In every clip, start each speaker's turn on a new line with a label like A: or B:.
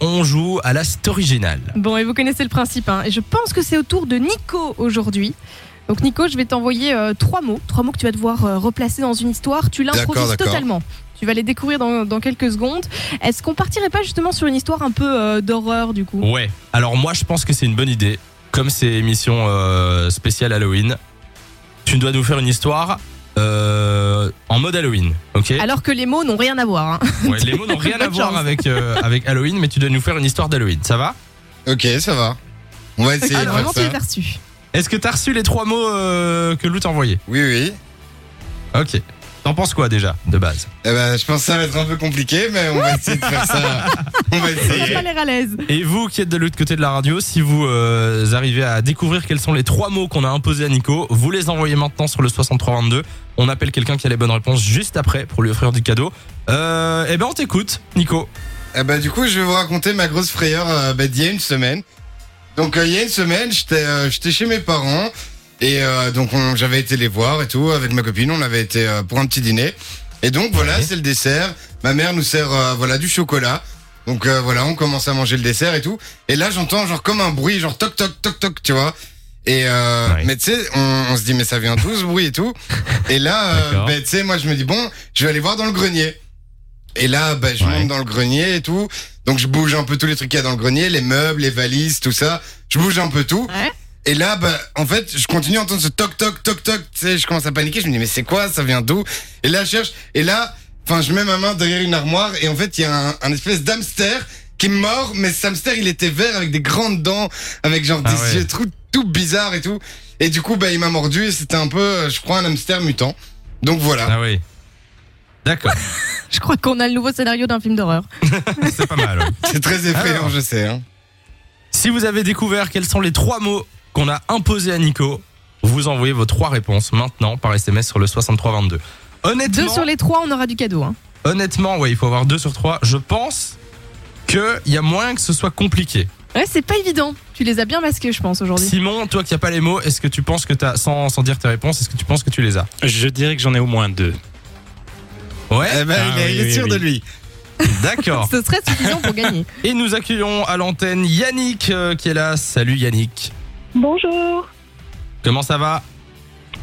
A: On joue à la Storygénale.
B: Bon, et vous connaissez le principe, hein. et je pense que c'est au tour de Nico aujourd'hui. Donc Nico, je vais t'envoyer euh, trois mots, trois mots que tu vas devoir euh, replacer dans une histoire. Tu
C: D'accord,
B: l'improvises
C: d'accord.
B: totalement. Tu vas les découvrir dans, dans quelques secondes. Est-ce qu'on partirait pas justement sur une histoire un peu euh, d'horreur du coup
A: Ouais. Alors moi, je pense que c'est une bonne idée. Comme c'est émission euh, spéciale Halloween, tu dois nous faire une histoire euh, en mode Halloween, ok
B: Alors que les mots n'ont rien à voir. hein.
A: Ouais, Les mots n'ont rien à
B: Ah, Bonne
A: voir
B: chance.
A: avec euh, avec Halloween, mais tu dois nous faire une histoire d'Halloween. Ça va
C: Ok, ça va. On va essayer
B: Alors
C: de
B: vraiment, tu
C: faire
B: les
C: ça.
B: as reçus.
A: Est-ce que t'as reçu les trois mots euh, que Lou t'a envoyés
C: Oui, oui.
A: Ok. T'en penses quoi déjà de base
C: Eh ben, je pense que ça va être un peu compliqué, mais on va essayer de faire ça. On va
B: On va
C: essayer.
B: pas l'air à l'aise.
A: Et vous qui êtes de l'autre côté de la radio, si vous euh, arrivez à découvrir quels sont les trois mots qu'on a imposés à Nico, vous les envoyez maintenant sur le 6322. On appelle quelqu'un qui a les bonnes réponses juste après pour lui offrir du cadeau. Euh, eh ben on t'écoute, Nico.
C: Eh ben, du coup, je vais vous raconter ma grosse frayeur euh, ben, d'il y a une semaine. Donc, euh, il y a une semaine, j'étais euh, j'étais chez mes parents. Et euh, donc, on- j'avais été les voir et tout. Avec ma copine, on avait été euh, pour un petit dîner. Et donc, voilà,
A: Ouais.
C: c'est le dessert. Ma mère nous sert euh, voilà du chocolat. Donc, euh, voilà, on commence à manger le dessert et tout. Et là, j'entends genre comme un bruit, genre toc, toc, toc, toc, tu vois. Et euh,
A: Ouais.
C: mais tu sais, on, on se dit mais ça vient d'où ce bruit et tout. Et là, euh,
A: D'accord.
C: ben, tu sais, moi je me dis bon, je vais aller voir dans le grenier. Et là, ben, je
A: Ouais.
C: monte dans le grenier et tout. Donc je bouge un peu tous les trucs qu'il y a dans le grenier, les meubles, les valises, tout ça. Je bouge un peu tout.
B: Ouais.
C: Et là, ben, en fait, je continue à entendre ce toc toc toc toc. Tu sais, je commence à paniquer. Je me dis mais c'est quoi Ça vient d'où Et là, je cherche. Et là, enfin, je mets ma main derrière une armoire et en fait, il y a un, un espèce d'hamster qui mord. Mais cet hamster, il était vert avec des grandes dents, avec genre
A: Ah
C: des
A: ouais.
C: yeux tout, tout bizarres et tout. Et du coup, bah, il m'a mordu et c'était un peu, euh, je crois, un hamster mutant. Donc voilà.
A: Ah oui. D'accord,
B: Je crois qu'on a le nouveau scénario d'un film d'horreur.
A: c'est pas mal. ouais.
C: C'est très effrayant,
A: Alors.
C: je sais. Hein.
A: Si vous avez découvert quels sont les trois mots qu'on a imposés à Nico, vous envoyez vos trois réponses maintenant par SMS sur le 6322. Honnêtement,
B: Deux sur les trois, on aura du cadeau. hein.
A: honnêtement, ouais, il faut avoir deux sur trois. Je pense que il y a moyen que ce soit compliqué.
B: Ouais, c'est pas évident. Tu les as bien masqués, je pense, aujourd'hui.
A: Simon, toi qui n'as pas les mots, est-ce que tu penses que tu as, sans, sans dire tes réponses, est-ce que tu penses que tu les as
D: Je dirais que j'en ai au moins deux.
A: Ouais,
C: Eh ben,
D: Ah
C: il est,
D: oui,
C: il est
D: oui,
C: sûr
D: oui.
C: de lui.
A: d'accord.
B: Ce serait suffisant pour gagner.
A: Et nous accueillons à l'antenne Yannick euh, qui est là. Salut Yannick,
E: Bonjour,
A: comment ça va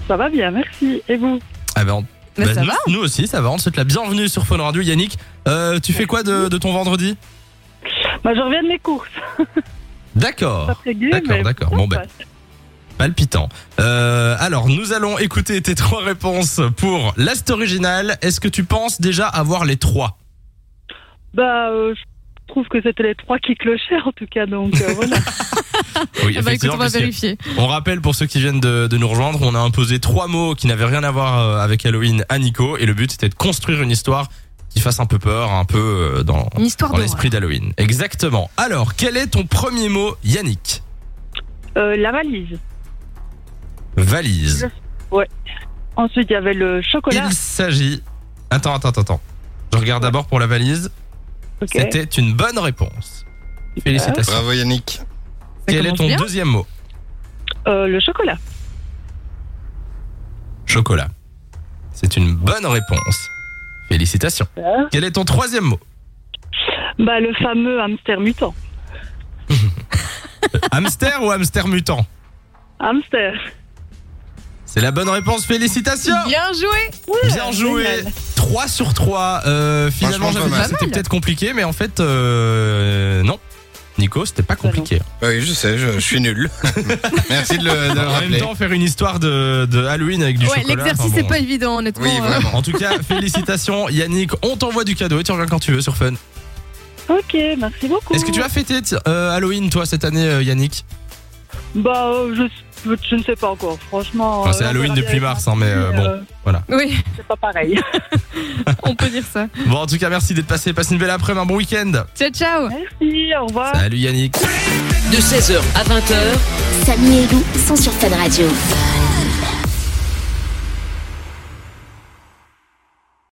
E: ça va bien, merci. Et vous
A: Ah ben, on-
B: Mais
A: bah,
B: ça
A: nous,
B: va
A: nous aussi, ça va. On te souhaite la bienvenue sur Phone Radio. Yannick, euh, tu fais quoi de, de ton vendredi
E: bah, Je reviens de mes courses, pas
A: D'accord,
E: très gai,
A: D'accord,
E: mais
A: d'accord.
E: ça
A: Bon,
E: passe.
A: ben. palpitant. Euh, alors, nous allons écouter tes trois réponses pour l'ast original. Est-ce que tu penses déjà avoir les trois
E: Bah, euh, je trouve que c'était les trois qui clochaient en tout cas, donc euh, voilà.
A: Oui,
B: Ah bah écoute, on va
A: parce que-
B: vérifier.
A: On rappelle pour ceux qui viennent de, de nous rejoindre, on a imposé trois mots qui n'avaient rien à voir euh, avec Halloween à Nico et le but c'était de construire une histoire qui fasse un peu peur, un peu euh, dans,
B: Une histoire
A: dans
B: d'horreur.
A: l'esprit d'Halloween. Exactement. Alors, quel est ton premier mot, Yannick
E: Euh, la valise.
A: Valise.
E: Ensuite, il y avait le chocolat.
A: Il s'agit... Attends, attends, attends, attends. Je regarde d'abord pour la valise.
E: Ok.
A: C'était une bonne réponse. Félicitations.
C: Bravo Yannick.
B: Ça
A: Quel est
B: commence
A: ton
B: bien.
A: deuxième mot
E: Euh, le chocolat.
A: Chocolat. C'est une bonne réponse. Félicitations.
E: Ah.
A: Quel est ton troisième mot
E: Bah, le fameux hamster mutant.
A: Hamster ou hamster mutant
E: Hamster.
A: C'est la bonne réponse, félicitations
B: Bien joué
A: Bien joué
B: génial.
A: 3 sur 3, euh, finalement
C: Franchement,
A: j'avais dit
C: pas
A: que
B: mal. Pas
A: c'était
B: mal.
A: peut-être compliqué, mais en fait, euh, non. Nico, c'était pas compliqué.
C: Bah oui, je sais, je, je suis nul. Merci de le, de le
A: en même
C: rappeler.
A: temps, faire une histoire de, de Halloween avec du
B: Ouais,
A: chocolat...
B: l'exercice
A: enfin,
B: c'est
A: bon.
B: pas évident, honnêtement.
C: Oui,
B: Euh,
C: vraiment.
A: En tout cas, félicitations Yannick, on t'envoie du cadeau et tu reviens quand tu veux sur Fun.
E: Ok, merci beaucoup.
A: Est-ce que tu vas fêter ti- euh, Halloween toi cette année euh, Yannick
E: Bah, euh, je, je ne sais pas encore, franchement.
B: Oh,
A: Enfin, c'est
E: euh, on
A: Halloween
E: verra bien
A: depuis
E: avec
A: mars,
E: ma
A: hein, mais,
E: famille,
A: euh,
B: Oui,
E: C'est pas pareil.
B: on peut dire ça.
A: Bon en tout cas merci d'être passé, passe une belle après-midi, un bon week-end.
B: Ciao, ciao
E: Merci, au
B: Ah.
E: revoir.
A: Salut Yannick.
F: De 16h à 20h,
G: Samy et Lou sont sur Fan Radio.